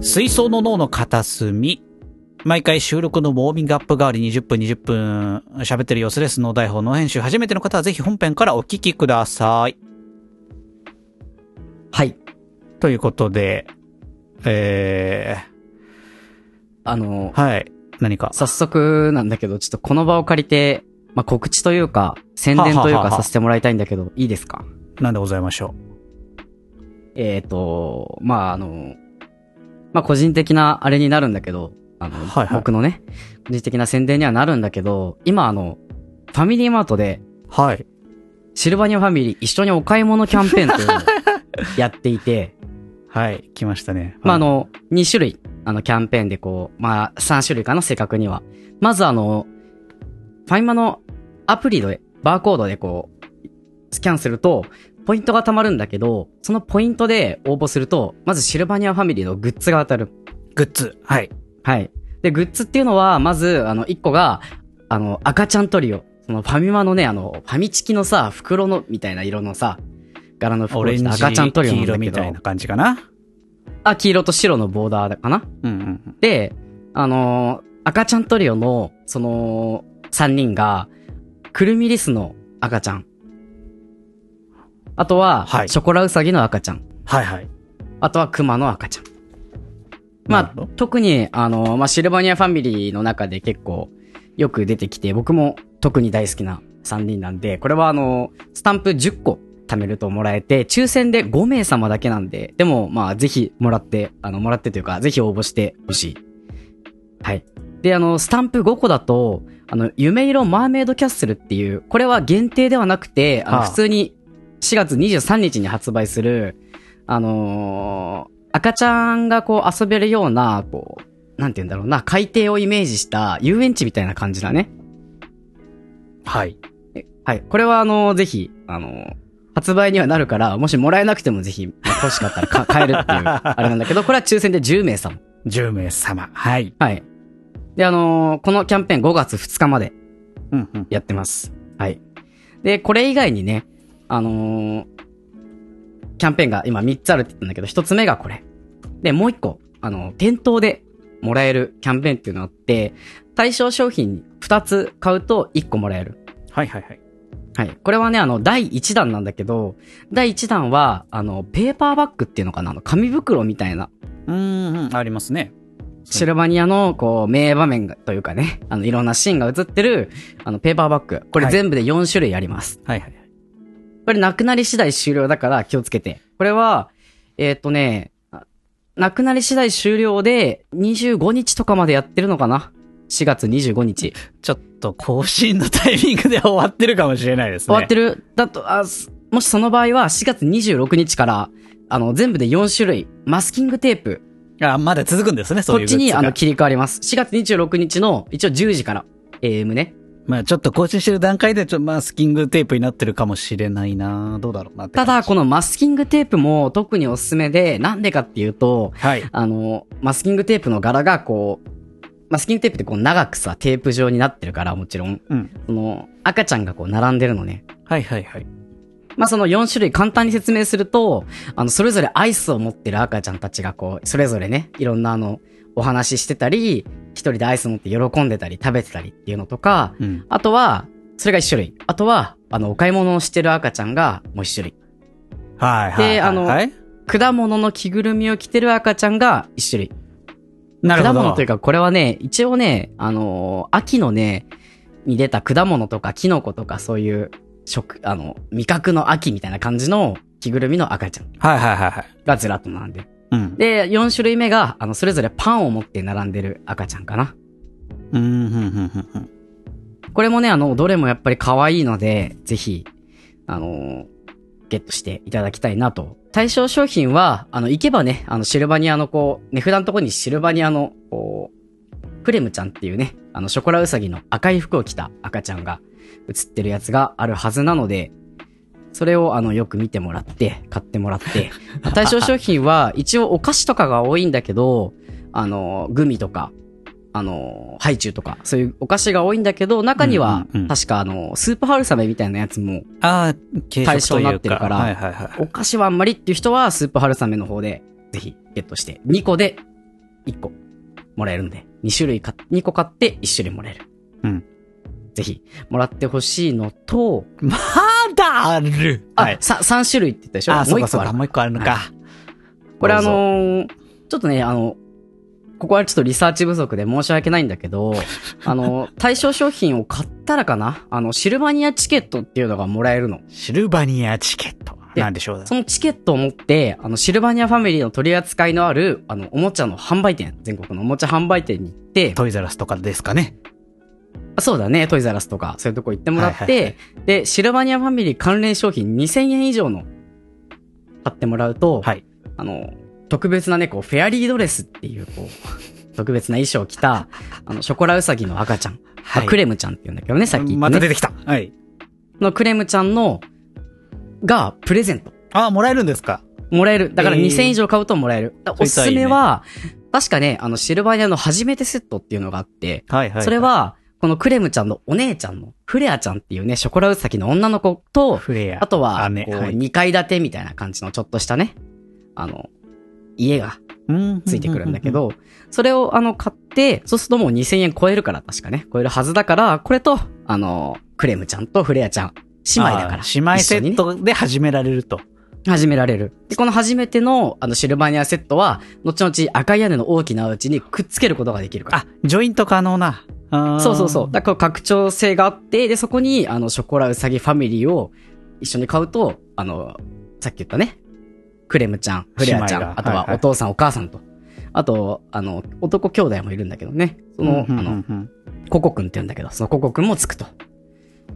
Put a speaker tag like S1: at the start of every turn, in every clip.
S1: 水槽の脳の片隅。毎回収録のウォーミングアップ代わり20分20分喋ってる様子です。脳台本の編集。初めての方はぜひ本編からお聞きください。
S2: はい。
S1: ということで、え
S2: あの
S1: ー、、はい。何か。
S2: 早速なんだけど、ちょっとこの場を借りて、まあ、告知というか、宣伝という
S1: はあはあ
S2: か
S1: はあ
S2: させてもらいたいんだけど、いいですか
S1: なんでございましょ
S2: えっ、と、まあ、あの、まあ、個人的なあれになるんだけど、あの、
S1: はいはい
S2: 僕のね、個人的な宣伝にはなるんだけど、今あの、ファミリーマートで、
S1: う。はい。
S2: シルバニアファミリー一緒にお買い物キャンペーンというのをやっていて、
S1: はい。来ましたね。
S2: まあ、あ、の、2種類、あの、キャンペーンでこう、まあ、3種類かな、正確には。まずあの、ファイマのアプリで、バーコードでこう、スキャンすると、ポイントが貯まるんだけど、そのポイントで応募すると、まずシルバニアファミリーのグッズが当たる。
S1: グッズ。はい。
S2: はい。で、グッズっていうのは、まず、あの、1個が、あの、赤ちゃんトリオ。そのファミマのね、あの、ファミチキのさ、袋の、みたいな色のさ、柄の
S1: オ
S2: 袋
S1: レ
S2: の
S1: ンジ、
S2: 赤ちゃんトリオ
S1: 黄
S2: なん
S1: 色
S2: だ
S1: み
S2: け
S1: たいな
S2: ど、
S1: 感じかな。
S2: あ、黄色と白のボーダーかな
S1: うんうん。
S2: で、あのー赤ちゃんトリオの、その、3人が、くるみリスの赤ちゃん。あとは、
S1: はい
S2: ショコラウサギの赤ちゃん。
S1: はいはい。
S2: あとはクマの赤ちゃん。
S1: な
S2: ま
S1: る
S2: あ
S1: ほど、
S2: 特に、あのーまあ、シルバニアファミリーの中で結構、よく出てきて、僕も特に大好きな3人なんで、これはあのースタンプ10個貯めるともらえて、抽選で5名様だけなんで、でも、まあ、ぜひもらって、あの、もらってというか、ぜひ応募してほしい。はい。で、あの、スタンプ5個だと、あの、夢色マーメイドキャッスルっていう、これは限定ではなくて、あの
S1: はあ
S2: 普通に4月23日に発売する、あのー赤ちゃんがこう遊べるような、こう、なんて言うんだろうな、海底をイメージした遊園地みたいな感じだね。
S1: はい。
S2: はい。これはあのーぜひ、あのー発売にはなるから、もしもらえなくてもぜひ、まあ欲しかったらか買えるっていう、あれなんだけど、これは抽選で10名様。
S1: 10名様。はい。
S2: はい。で、あのーこのキャンペーン5月2日まで
S1: うんうん。
S2: やってます。はい。で、これ以外にね、あのーキャンペーンが今3つあるって言ったんだけど、1つ目がこれ。で、もう1個、あの、店頭でもらえるキャンペーンっていうのがあって、対象商品2つ買うと1個もらえる。
S1: はいはいはい。
S2: はい。これはね、あの、第1弾なんだけど、第1弾は、あの、ペーパーバッグっていうのかなあの、紙袋みたいな、
S1: うんうん。ありますね。
S2: シルバニアの、こう、名場面がというかね、あの、いろんなシーンが映ってる、あの、ペーパーバッグ。これ
S1: はい
S2: 全部で4種類あります。
S1: はいはい。
S2: これなくなり次第終了だから気をつけて。これは、えっ、とね、あなくなり次第終了で25日とかまでやってるのかな ?4 月25日。
S1: ちょっと更新のタイミングで終わってるかもしれないですね。
S2: 終わってる、だと、あ、すもしその場合は4月26日から、あの、全部で4種類、マスキングテープ、
S1: る。あ、まだ続くんですね、そ
S2: こ
S1: ういう
S2: っ
S1: グ
S2: ち
S1: ッズ
S2: に
S1: が
S2: あの切り替わります。4月26日の一応10時から、AM ね。
S1: まあちょっと更新してる段階で、ちょっとマスキングテープになってるかもしれないなどうだろうなって
S2: た
S1: 感
S2: だ、
S1: じ。
S2: このマスキングテープも特におすすめで、なんでかっていうと、
S1: はい。
S2: あの、マスキングテープの柄がこう、マスキングテープってこう長くさ、テープ状になってるから、もちろん。
S1: うん。
S2: その、赤ちゃんがこう並んでるのね。
S1: はいはいはい。
S2: まあ、その4種類簡単に説明すると、あの、それぞれアイスを持ってる赤ちゃんたちがこう、それぞれね、いろんなあの、お話ししてたり、一人でアイス持って喜んでたり、食べてたりっていうのとか、
S1: うん。
S2: あとは、それが1種類。あとは、あの、お買い物をしてる赤ちゃんがもう1種類。
S1: はいはいはい、はい。
S2: であの
S1: はい、
S2: 果物の着ぐるみを着てる赤ちゃんが1種類。
S1: なるほ
S2: 果
S1: ど。
S2: 物というか、これはね、一応ね、あのー秋のね、に出た果物とかキノコとかそういう食、あの、味覚の秋みたいな感じの着ぐるみの赤ちゃん
S1: はいはいはいはい。
S2: がずらっと並んでる。
S1: うん。
S2: で、4種類目が、あの、それぞれパンを持って並んでる赤ちゃんかな。
S1: うん、うん、うん、うんうん。
S2: これもね、あの、どれもやっぱり可愛いので、ぜひ、あのーゲットしていただきたいなと。対象商品は、あの、行けばね、あの、シルバニアのこう、値札のとこにシルバニアの、こう、クレムちゃんっていうね、あの、ショコラウサギの赤い服を着た赤ちゃんが映ってるやつがあるはずなので、それをあの、よく見てもらって、買ってもら って、まあ対象商品は一応お菓子とかが多いんだけど、あの、グミとか、あの、ハイチュウとか、そういうお菓子が多いんだけど、中には
S1: うんうんうん、
S2: 確かあの、スープ春雨みたいなやつも、
S1: ああ、軽
S2: 対
S1: 食
S2: 象
S1: とい
S2: にな
S1: う
S2: って
S1: か。
S2: るから
S1: はいはいはい。
S2: お菓子はあんまりっていう人は、スープ春雨の方で、ぜひゲットして、2個で1個もらえるので、2種類か、2個買って1種類もらえる。
S1: うん。
S2: ぜひ、もらってほしいのと、
S1: まだある
S2: あ、
S1: はい。
S2: さ3種類って言ったでしょ
S1: あ、
S2: も
S1: そううか
S2: 1
S1: そ
S2: 個
S1: う
S2: あ
S1: か。
S2: る。
S1: もう一個あるのか。
S2: これ
S1: ど
S2: あ
S1: うぞ、
S2: のーちょっとね、あの、ここはちょっとリサーチ不足で申し訳ないんだけ ど、あの、対象商品を買ったらかなあの、シルバニアチケットっていうのがもらえるの。
S1: シルバニアチケット。
S2: で
S1: なんでしょう
S2: そのチケットを持って、あの、シルバニアファミリーの取り扱いのある、あの、おもちゃの販売店、全国のおもちゃ販売店に行って、
S1: トイザラスとかですかね。
S2: あそうだね、トイザラスとか、そういうとこ行ってもらって、
S1: はいはいは
S2: で、シルバニアファミリー関連商品2000円以上の買ってもらうと、
S1: はい
S2: あの、特別なね、こう、フェアリードレスっていう、こう、 特別な衣装を着た、あの、ショコラウサギの赤ちゃん、
S1: は
S2: まあクレムちゃんっていうんだけどね、さっき言った、ね
S1: また出てきた。はい。
S2: のクレムちゃんの、が、プレゼント。
S1: あ、もらえるんですか
S2: もらえる。だから
S1: えー
S2: 2000円以上買うともらえる。
S1: そ
S2: お
S1: れ
S2: すすめは、確かね、あの、シルバニアの初めてセットっていうのがあって、
S1: はいはい。
S2: それ、は、このクレムちゃんのお姉ちゃんの、フレアちゃんっていうね、ショコラウサギの女の子と、
S1: フレア。
S2: あとは、
S1: 姉
S2: こう、
S1: はい
S2: 2階建てみたいな感じのちょっとしたね、あの、家が
S1: うん
S2: ついてくるんだけ。ど、それをあの、買って、そうするともう2000円超えるから、確かね、超えるはずだから、これと、あの、クレムちゃんとフレアちゃん、姉妹だから
S1: あ。ー姉妹セ
S2: 一緒に
S1: ット
S2: ね
S1: で始められると。
S2: 始められる。で、この初めての、あの、シルバニアセットは、後々赤い屋根の大きなお家にくっつけることができるから。
S1: あ、ジョイント可能な。あー
S2: そうそうそう。。だから拡張性があって、で、そこに、あの、ショコラウサギファミリーを一緒に買うと、あの、さっき言ったね、クレムちゃん、フレアちゃ
S1: 姉妹
S2: ん、
S1: が
S2: あと
S1: はい
S2: は
S1: はい
S2: お父さん、お母さんと。あと、あの、男兄弟もいるんだけどね。その、あの、
S1: の、
S2: ココくんって言うんだけど、そのココくんもつくと。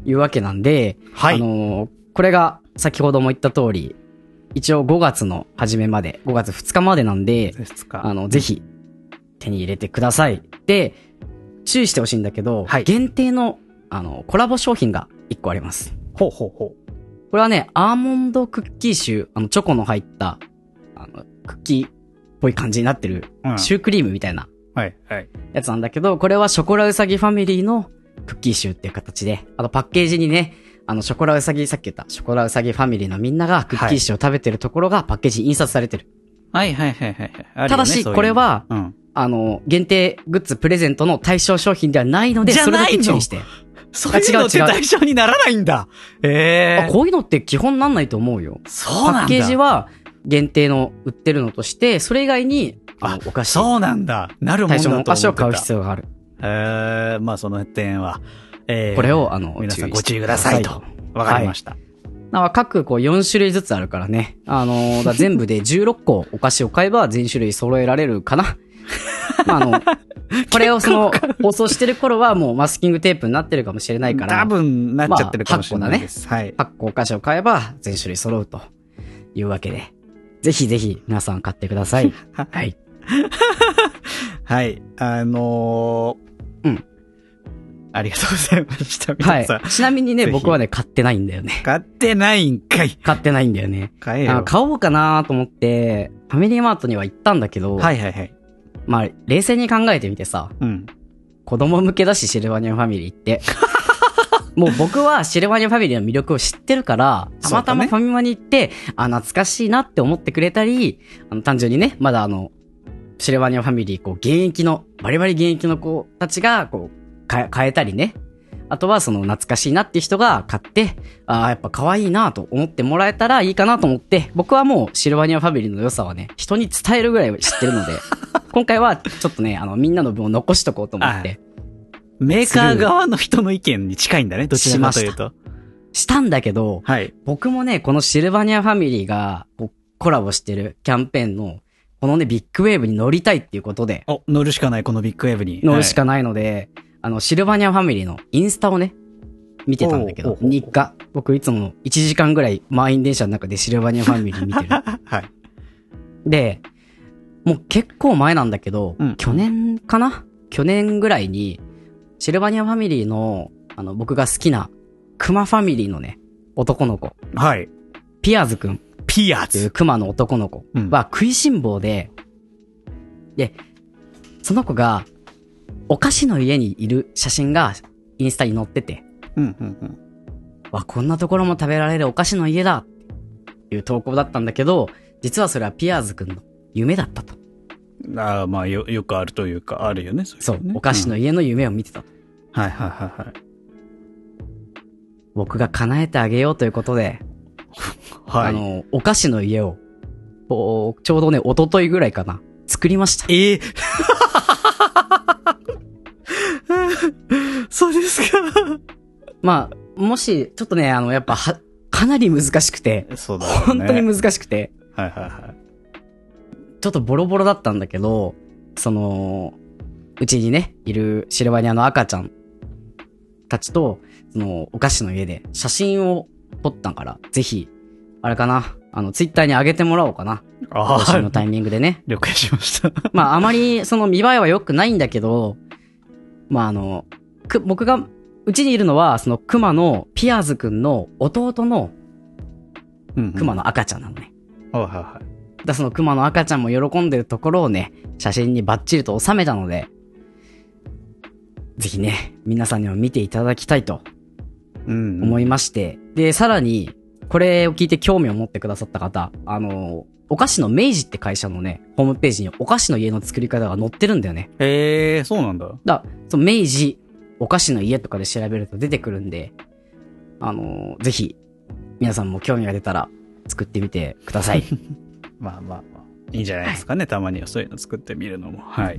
S2: いうわけなんで、
S1: は
S2: あ
S1: い。
S2: のーこれが先ほども言った通り、一応5月の初めまで、5月2日までなんで、
S1: ですか
S2: あの、ぜひ手に入れてください。で、注意してほしいんだけど、
S1: はい
S2: 限定の、あの、コラボ商品が1個あります。
S1: ほうほうほう。
S2: これはね、アーモンドクッキーシュー、あの、チョコの入った、あの、クッキーっぽい感じになってる、
S1: うん
S2: シュークリームみたいな
S1: はい、はい。
S2: やつなんだけど、これはショコラウサギファミリーのクッキー集っていう形で、あとパッケージにね、あの、ショコラウサギ、さっき言った、ショコラウサギファミリーのみんながクッキー集を食べてるところがパッケージに印刷されてる。
S1: はい、はい、はい、はい。あるよね
S2: ただし、
S1: そういうの
S2: これ、は、
S1: うん。
S2: あの、限定グッズプレゼントの対象商品ではないので、
S1: じゃ
S2: それだ
S1: ない
S2: け
S1: の
S2: 注意して。
S1: そういうのって
S2: 違う違う
S1: 対象にならないんだ。え
S2: あ、
S1: え。
S2: こういうのって基本なんないと思うよ。
S1: そう
S2: パ
S1: なんだ。
S2: ッケージは限定の売ってるのとして、それ以外に、あ
S1: あ
S2: の、お菓子、
S1: そうなんだ。なるもん
S2: 対
S1: だと
S2: 象の
S1: 思っ
S2: お
S1: てた
S2: 菓子を買う必要がある。
S1: ええ、まあその点は。ええ
S2: これを、あの、
S1: 皆さん
S2: して
S1: ご注意くださいと。わかりました。
S2: な各こう4種類ずつあるからね。あのーだから全部で16個お菓子を買えば全種類揃えられるかな。 まあ、あ の、これをその、放送してる頃はもうマスキングテープになってるかもしれないから。
S1: 多分なっちゃってるかもしれないです。はい。
S2: 8個お菓子を買えば全種類揃うというわけで、ぜひぜひ皆さん買ってください。はい。
S1: はい。あのー
S2: うん。
S1: ありがとうございました。
S2: は
S1: 皆さん。
S2: い。ちなみにね、
S1: ぜひ
S2: 僕はね、買ってないんだよね。
S1: 買ってないんかい。
S2: 買ってないんだよね。
S1: 買え
S2: あ
S1: よ。
S2: 買おうかなと思って、ファミリーマートには行ったんだけど、
S1: はいはいはい。
S2: まあ、冷静に考えてみてさ、
S1: うん。
S2: 子供向けだし、シルバニアファミリ ーって。もう僕はシルバニアファミリーの魅力を知ってるから、たまたま
S1: そう
S2: ファミマに行って、あ、懐かしいなって思ってくれたり、あの、単純にね、まだあの、シルバニアファミリー、こう、現役の、バリバリ現役の子たちが、こう、か変えたりね。あとは、その、懐かしいなって人が買って、ああ、やっぱ可愛いなと思ってもらえたらいいかなと思って、僕はもうシルバニアファミリーの良さはね、人に伝えるぐらい知ってるの で、今回はちょっとね、あの、みんなの分を残しとこうと思って、
S1: メーカー側の人の意見に近いんだね、どちらかというと。
S2: したんだけど、
S1: はい。
S2: 僕もね、このシルバニアファミリーがこうコラボしてるキャンペーンの、このね、ビッグウェーブに乗りたいっていうことで、
S1: お、乗るしかない、このビッグウェーブに。
S2: 乗るしかないので、あの、シルバニアファミリーのインスタをね、見てたんだけ
S1: おう
S2: ど
S1: お、うおう
S2: 日課。僕いつも1時間ぐらい満員電車の中でシルバニアファミリー見て る。
S1: はい。はい。
S2: で、もう結構前なんだけど、
S1: うん
S2: 去年かな去年ぐらいに、シルバニアファミリーの、あの、僕が好きな、クマファミリーのね、男の子、
S1: はい。
S2: ピアーズくん。
S1: ピアー
S2: っていう
S1: ズ。
S2: 熊の男の子
S1: うん
S2: は食いしん坊で、で、その子が、お菓子の家にいる写真がインスタに載ってて、
S1: うんうんうん。
S2: わ、こんなところも食べられるお菓子の家だっていう投稿だったんだけど、実はそれはピアーズくんの夢だったと
S1: あーまあよ、よくあるというか、あるよね。そい
S2: そ
S1: の
S2: う
S1: ね、
S2: お菓子の家の夢を見てたと。
S1: うんはいはいはいはい。
S2: 僕が叶えてあげようということで、
S1: はい。
S2: あの、お菓子の家を、おちょうどね、一昨日ぐらいかな、作りました。
S1: ええ そうですか。
S2: まあ、もし、ちょっとね、あの、やっぱ、は、かなり難しくて、
S1: そうだ、ね。
S2: 本当に難しくて、
S1: はいはいはい。
S2: ちょっとボロボロだったんだけど、その、うちにね、いるシルバニアの赤ちゃんたちと、その、お菓子の家で写真を撮ったから、ぜひ、あれかな、あの、ツイッターに上げてもらおうかな。更新の
S1: ああ、
S2: タイミングでね。
S1: 了解しました。
S2: まあ、あまり、その見栄えは良くないんだけど、まあ、あの、く、僕が、うちにいるのは、その、熊の、ピアーズくんの弟の
S1: うん
S2: 熊の赤ちゃんなのね。
S1: はいはいはい。
S2: だからその熊の赤ちゃんも喜んでるところをね、写真にバッチリと収めたので、ぜひね、皆さんにも見ていただきたいと
S1: うん
S2: 思
S1: い、
S2: いまして、で、さらに、これを聞いて興味を持ってくださった方、あの、お菓子の明治って会社のね、ホームページにお菓子の家の作り方が載ってるんだよね。
S1: ええそうなんだ。
S2: だからその明治、お菓子の家とかで調べると出てくるんで、あの、ぜひ、皆さんも興味が出たら作ってみてく ださい。
S1: まあまあまあ。いいんじゃないですかね。たまにはそういうの作ってみるのも。はい。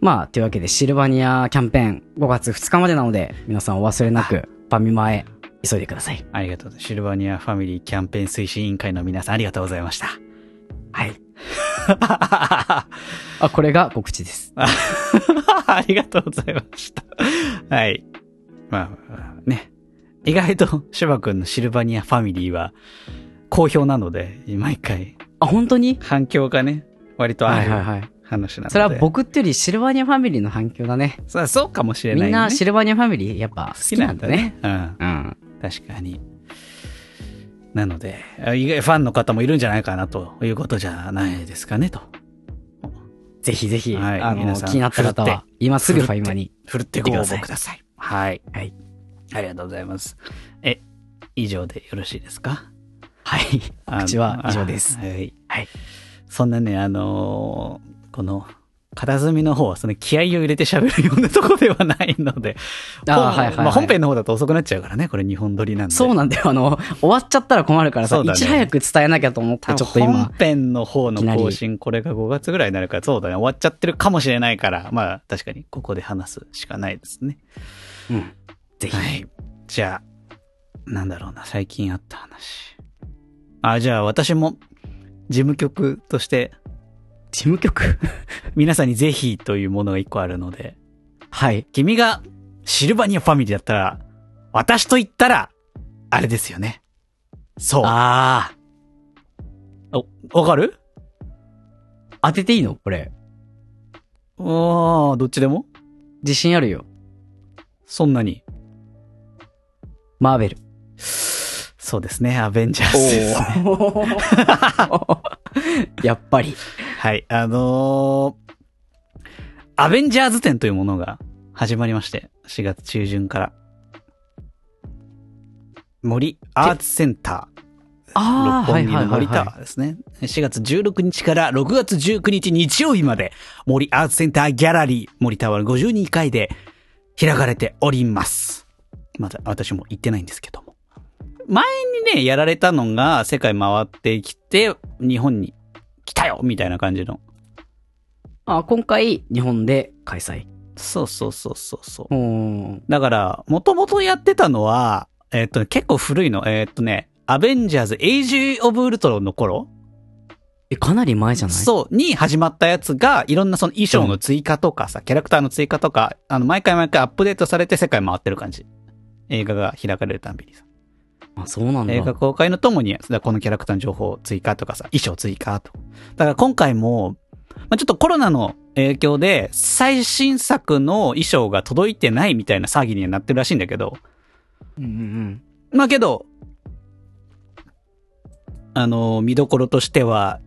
S2: まあ、というわけで、シルバニアキャンペーン5月2日までなので、皆さんお忘れなく、ファミマへ急いでください。
S1: ありがとうございます。シルバニアファミリーキャンペーン推進委員会の皆さん、ありがとうございま した。
S2: はい。
S1: あ
S2: あ、これが告知です。
S1: りがとうございました。はい。まあまあ、ね。意外と、シュバ君のシルバニアファミリーは、好評なので、毎回、
S2: あ、本当に
S1: 反響がね、割とある
S2: はい。
S1: 話なので。
S2: それは僕ってよりシルバニアファミリーの反響だね。
S1: そそうかもしれない、
S2: み
S1: ね。
S2: んなシ
S1: ル
S2: ルバニアファミリーやっぱ好
S1: 好き
S2: きな
S1: なんん
S2: だ
S1: だ
S2: ね。
S1: ね。うん。
S2: うん。
S1: 確かに。なので、あ意外ファンの方もいるんじゃないかなということじゃないですかね、と。
S2: ぜひぜひ、
S1: はい
S2: あ
S1: 皆
S2: の、
S1: さん
S2: 気になった方
S1: 振るっ
S2: は、今すぐファミマに。
S1: 振るってご応募ください。はい。
S2: はい。
S1: ありがとうございます。え、以上でよろしいですか
S2: はい。
S1: あ
S2: 告知は以上です
S1: あ。はい。
S2: はい
S1: そんなね、あのーこの、片隅の方はその気合を入れて喋るようなとこではないので、
S2: あー
S1: 本
S2: はいはいはい
S1: まあ、本編の方だと遅くなっちゃうからね、これ日本撮りなんで。
S2: そうなんだよ。あの、終わっちゃったら困るからさ、
S1: そうだ
S2: い
S1: ね
S2: ち早く伝えなきゃと思って、ちょっと
S1: 本
S2: 今。
S1: 編の方の
S2: いきなり
S1: 更新、これが5月ぐらいになるから、そうだね、終わっちゃってるかもしれないから、まあ確かにここで話すしかないですね。
S2: うん。ぜひ。
S1: はい。じゃあ、なんだろうな、最近あった話。あ、じゃあ私も、事務局として、
S2: 事務局
S1: 皆さんにぜひというものが一個あるので、
S2: はい。
S1: 君がシルバニアファミリーだったら、私と言ったら、あれですよね。そう。
S2: ああ。
S1: わかる
S2: 当てていいのこれ。
S1: ああ、どっちでも
S2: 自信あるよ。
S1: そんなに。
S2: マーベル。
S1: そうですね、アベンジャーズです。
S2: やっぱり。
S1: はい、あのーアベンジャーズ展というものが始まりまして、4月中旬から。森アーツセンター、
S2: あ
S1: 六
S2: あ、はい
S1: 本木
S2: は
S1: の
S2: いはい、
S1: 森タワ
S2: は
S1: ーですね。4月16日から6月19日日曜日まで、森アーツセンターギャラリー、森タワー52階で開かれております。まだ私も行ってないんですけども。前にね、やられたのが世界回ってきて、日本に来たよみたいな感じの。
S2: あ今回、日本で開催。
S1: そうそうそうそうそう。
S2: うーん。
S1: だから、もともとやってたのは、えっと、結構古いの。えっとね、アベンジャーズ、エイジ・オブ・ウルトロンの頃
S2: え、かなり前じゃない
S1: そう、に始まったやつが、いろんなその衣装の追加とかさ、キャラクターの追加とか、あの、毎回毎回アップデートされて世界回ってる感じ。映画が開かれるたんびにさ。
S2: あ、そうなんだ。
S1: 映画公開のともに、だからこのキャラクターの情報追加とかさ、衣装追加と。だから今回も、まあ、ちょっとコロナの影響で、最新作の衣装が届いてないみたいな騒ぎにはなってるらしいんだけど、
S2: うんうんうん。
S1: まあけど、あの、見どころとしては、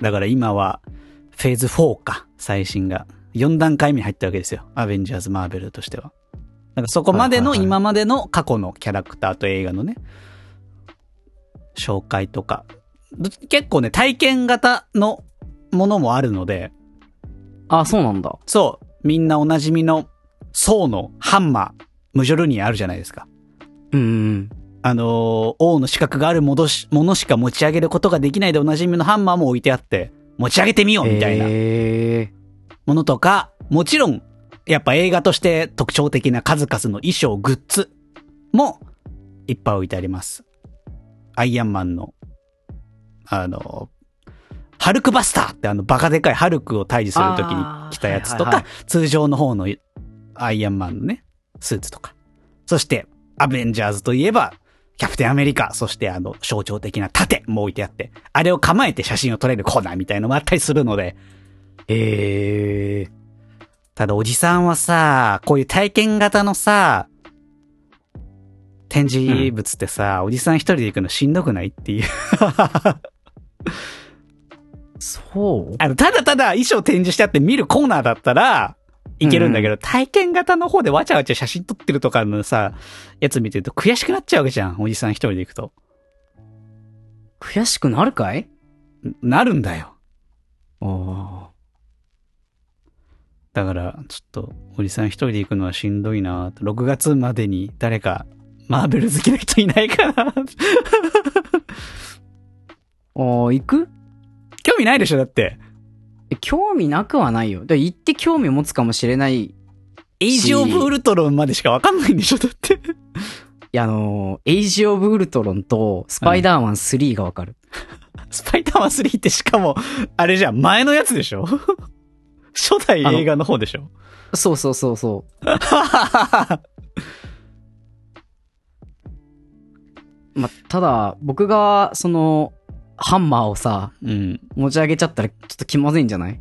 S1: だから今は、フェーズ4か、最新が。4段階目に入ったわけですよ。アベンジャーズ・マーベルとしては。なんかそこまでの、
S2: はいはいはい
S1: 今までの過去のキャラクターと映画のね、紹介とか。ど結構ね、体験型のものもあるので、
S2: あ、そうなんだ。
S1: そう、みんなおなじみの、ソーのハンマー、ムジョルニアあるじゃないですか。
S2: うんうん。
S1: あのー王の資格があるものしものしか持ち上げることができないでおなじみのハンマーも置いてあって、持ち上げてみようみたいな
S2: へえ
S1: ものとか、もちろん、やっぱ映画として特徴的な数々の衣装、グッズもいっぱい置いてあります。アイアンマンの、あの、ハルクバスターってあのバカでかいハルクを退治するときに着たやつとか、
S2: あーはいはいはい
S1: 通常の方のアイアンマンのね、スーツとか。そして、アベンジャーズといえば、キャプテンアメリカ、そしてあの、象徴的な盾も置いてあって、あれを構えて写真を撮れるコーナーみたいのもあったりするので、
S2: へえ
S1: ただおじさんはさ、こういう体験型のさ、展示物ってさ、おじさん一人で行くのしんどくないっていう。
S2: そう
S1: あの、ただただ衣装展示してあって見るコーナーだったら、いけるんだけど、体験型の方でわちゃわちゃ写真撮ってるとかのさ、やつ見てると悔しくなっちゃうわけじゃん、おじさん一人で行くと。
S2: 悔しくなるかい
S1: んなるんだよ。
S2: あ
S1: だから、ちょっと、おじさん一人で行くのはしんどいなぁ6月までに誰か、マーベル好きな人いないかな
S2: あ。ああ、行く
S1: 興味ないでしょ、だって。
S2: え興味なくはないよ。で行って興味持つかもしれない。い
S1: エイジ・オブ・ウルトロンまでしかわかんないんでしょだって。
S2: や、あのーエイジ・オブ・ウルトロンとスパイダーマン3がわかる。
S1: スパイダーマン3ってしかも、あれじゃん、前のやつでしょ 初代映画の方でしょ
S2: そうそうそうそ う。ま、ただ、僕が、その、ハンマーをさ、
S1: うん。
S2: 持ち上げちゃったら、ちょっと気まずいんじゃない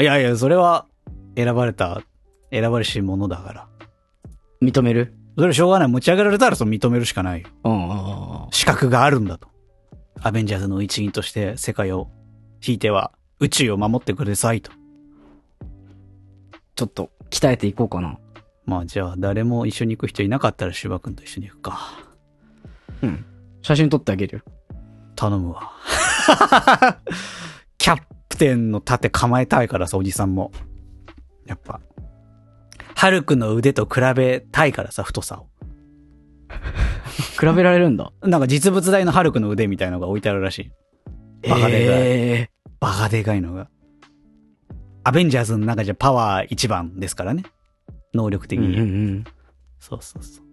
S1: いやいや、それは、選ばれた、選ばれしものだから。
S2: 認める
S1: それしょうがない。持ち上げられたらそう認めるしかないよ。
S2: うんうんうんうん。
S1: 資格があるんだと。アベンジャーズの一員として世界を、ひいては宇宙を守ってくださいと。
S2: ちょっと、鍛えていこうかな。
S1: まあじゃあ、誰も一緒に行く人いなかったらシュバ君と一緒に行くか。
S2: うん。写真撮ってあげるよ。
S1: 頼むわ。 キャプテンの盾構えたいからさ、おじさんも。やっぱ。ハルクの腕と比べたいからさ、太さを。
S2: 比べられるんだ。
S1: なんか実物大のハルクの腕みたいのが置いてあるらしい。バカでかい。
S2: え
S1: バカでかいのが。アベンジャーズの中じゃパワー一番ですからね。能力
S2: え
S1: 的に。
S2: うんうん
S1: そうそうそう。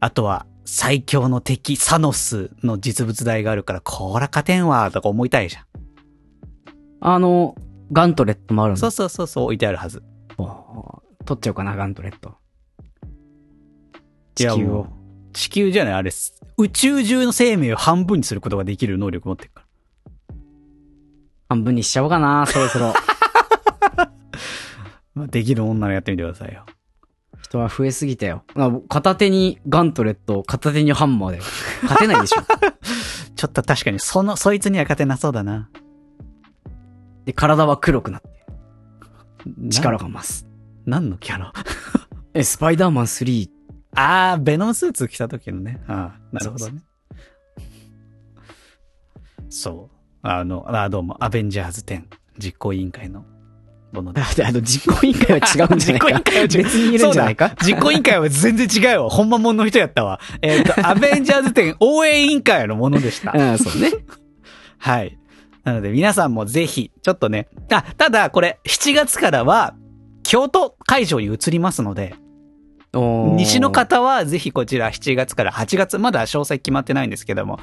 S1: あとは、最強の敵、サノスの実物大があるから、こら勝てんわ、とか思いたいじゃん。
S2: あの、ガントレットもあるんだ。
S1: そうそうそうそう、置いてあるはず。
S2: 撮っちゃおうかな、ガントレット。
S1: い
S2: 地
S1: や
S2: 球
S1: も
S2: を
S1: う。地球じゃない、あれ、宇宙中の生命を半分にすることができる能力持ってるから。
S2: 半分にしちゃおうかな、そろそ ろ。
S1: まあ、できる女のやってみてくださいよ。
S2: 人は増えすぎたよ。あ片手にガントレット、片手にハンマーだよ。勝てないで しょ。
S1: ちょっと確かに、その、そいつには勝てなそうだな。
S2: で、体は黒くなって、力
S1: な。
S2: が増す。
S1: 何のキャラ
S2: え、スパイダーマン3。
S1: あー、ベノムスーツ着た時のね。あーなるほどね。そう。あの、あどうも、アベンジャーズ10実行委員会のもので。
S2: あの、実行委員会は違うんじゃな
S1: 実
S2: い
S1: 行委員
S2: か。
S1: 会は違う
S2: 別にいるんじゃないか
S1: そうだ実行委員会は全然違うわ。ほんまもんの人やったわ。えっ、 と、アベンジャーズ10応援委員会のものでした。
S2: うん、そう ね。
S1: はい。なので皆さんもぜひ、ちょっとね。あ、ただこれ、7月からは、京都会場に移りますので、
S2: おー
S1: 西の。方はぜひこちら7月から8月、まだ詳細決まってないんですけども、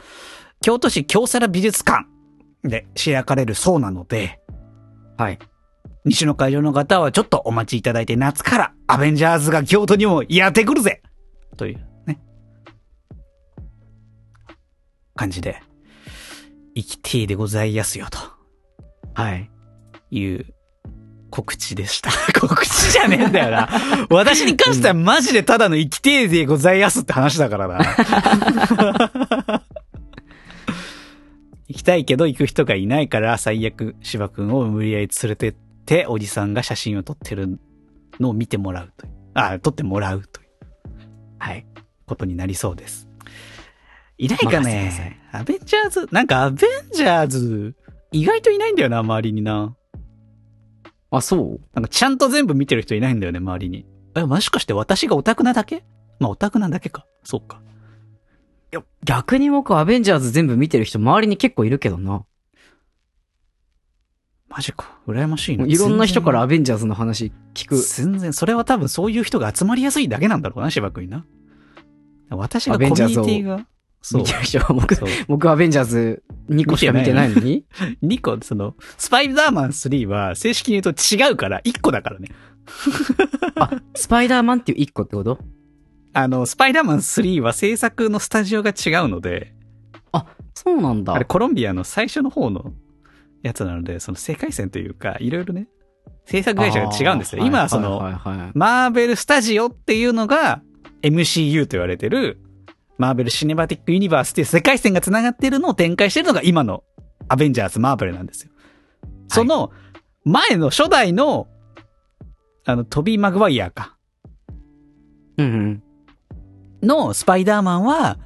S1: 京都市京セラ美術館で開かれるそうなので、
S2: はい。
S1: 西の会場の方はちょっとお待ちいただいて、夏からアベンジャーズが京都にもやってくるぜというね。感じで、生きてえでございやすよと。
S2: はい。
S1: いう告知でした。 告知じゃねえんだよ な。私に関してはマジでただの生きてえでございやすって話だからな。行きたいけど行く人がいないから最悪芝くんを無理やり連れてっておじさんが写真を撮ってるのを見てもらうという。あ、撮ってもらうという
S2: はい。
S1: ことになりそうです。いないか
S2: 任せてくださ
S1: ねアベンジャーズ、なんかアベンジャーズ意外といないんだよな、周りにな。
S2: ああ、そう
S1: なんかちゃんと全部見てる人いないんだよね、周りに。え、もしかして私がオタクなだけまあオタクなだけか。そうか。
S2: いや、逆に僕、アベンジャーズ全部見てる人、周りに結構いるけどな。
S1: マジか。羨ましいな。
S2: いろんな人からアベンジャーズの話聞く。
S1: 全然。全然、それは多分そういう人が集まりやすいだけなんだろうな、芝君にな。私が
S2: ア
S1: コミ
S2: ベ
S1: ュ
S2: ン
S1: ニ
S2: ジャーズ
S1: テ
S2: を
S1: ィが、そう
S2: 見。てる人は僕、
S1: そう
S2: 僕アベンジャーズ2個しか見てないのに。
S1: 2個、その、スパイダーマン3は正式に言うと違うから、1個だからね。
S2: あ、スパイダーマンっていう1個ってこと
S1: あの、スパイダーマン3は制作のスタジオが違うので、
S2: そうなんだ
S1: あれ。コロンビアの最初の方のやつなので、その世界線というか、いろいろね、制作会社が違うんですよ。
S2: あー
S1: 今はその、
S2: いはいはい
S1: マーベルスタジオっていうのが MCU と言われてる、マーベルシネマティックユニバースっていう世界線が繋がってるのを展開してるのが今のアベンジャーズマーベルなんですよ。その前の初代の、あの、トビー・マグワイヤーか、
S2: うんうん。
S1: のスパイダーマンは、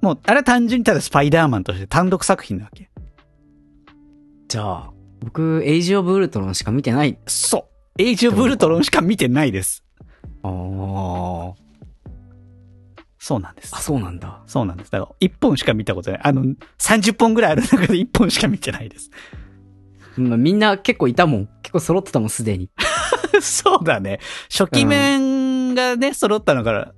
S1: もう、あれは単純にただスパイダーマンとして単独作品なわけ。
S2: じゃあ、僕、エイジ・オブ・ウルトロンしか見てない。
S1: そう。エイジ・オブ・ウルトロンしか見てないです。
S2: ああ。
S1: そうなんです
S2: あ、。そうなんだ。
S1: そうなんです。だから、1本しか見たことない。あの、30本ぐらいある中で1本しか見てないです。
S2: まあみんな結構いたもん。結構揃ってたもん、すでに。
S1: そうだね。初期面がね、揃ったのから、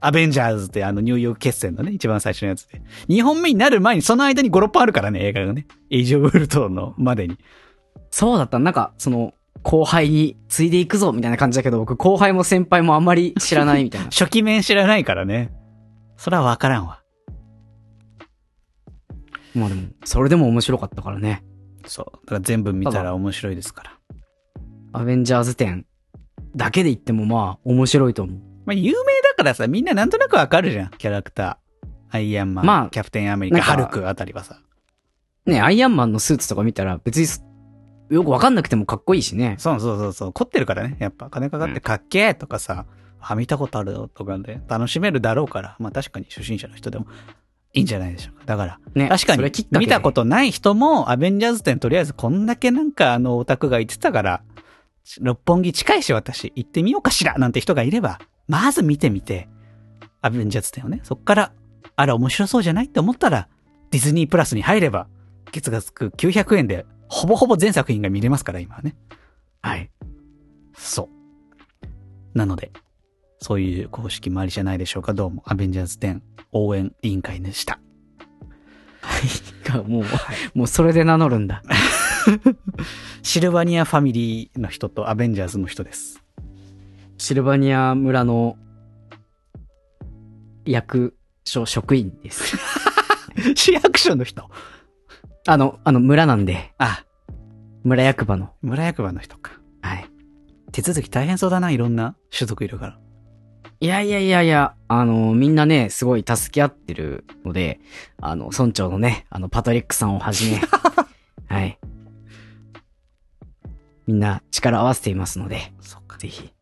S1: アベンジャーズってあのニューヨーク決戦のね、一番最初のやつで。2本目になる前に、その間に5、6本あるからね、映画がね。エイジオブウルトロンのまでに。
S2: そうだった。なんか、その、後輩に継いでいくぞ、みたいな感じだけど、僕、後輩も先輩もあんまり知らないみたいな。
S1: 初期面知らないからね。それはわからんわ。
S2: まあでも、それでも面白かったからね。
S1: そう。だから全部見たら面白いですから。
S2: アベンジャーズ展だけで言ってもまあ、面白いと思う。
S1: まあ、有名だからさ、みんななんとなくわかるじゃん、キャラクター。アイアンマン、
S2: まあ
S1: キャプテンアメリカ、
S2: なんか
S1: ハルクあたりはさ。
S2: ね、アイアンマンのスーツとか見たら、別にす、よくわかんなくてもかっこいいしね。
S1: そうそうそうそう。凝ってるからね。やっぱ金かかってかっけーとかさ、あ、見たことあるよとかで楽しめるだろうから、まあ確かに初心者の人でもいいんじゃないでしょうか。だから、
S2: ね。
S1: 確か
S2: それ
S1: に
S2: きっかけで
S1: 見たことない人もアベンジャーズ展とりあえずこんだけなんかあのオタクが言ってたから、六本木近いし私行ってみようかしらなんて人がいれば、まず見てみて、アベンジャーズ展をね、そっから、あら面白そうじゃないって思ったら、ディズニープラスに入れば、月額900円で、ほぼほぼ全作品が見れますから、今はね。
S2: はい。
S1: そう。なので、そういう公式もありじゃないでしょうか。どうも、アベンジャーズ10応援委員会でした。
S2: がもう、もうそれで名乗るんだ。
S1: シルバニアファミリーの人とアベンジャーズの人です。
S2: シルバニア村の役所職員 です。
S1: 市役所の人。
S2: あの、あの村なんで、
S1: あ、
S2: 村役場の。
S1: 村役場の人か。
S2: はい。
S1: 手続き大変そうだな、いろんな種族いるから。
S2: いやいやいやいや、あの、みんなね、すごい助け合ってるので、あの、村長のね、あの、パトリックさんをは じめ、はい。みんな力を合わせていますので、
S1: そうか。
S2: ぜひ、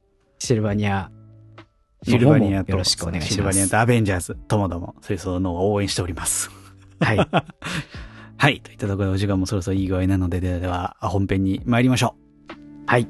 S2: シルバニア
S1: シ
S2: の
S1: ル
S2: 方
S1: バ
S2: も
S1: ニア
S2: よ
S1: と、
S2: ろしくお願いし
S1: シルバ
S2: ま
S1: ニア
S2: す。
S1: とアベンジャーズ、ともども、それそのを応援しております。
S2: はい。
S1: はい。といったところでお時間もそろそろいい具合なので、では、本編に参りましょう。
S2: はい。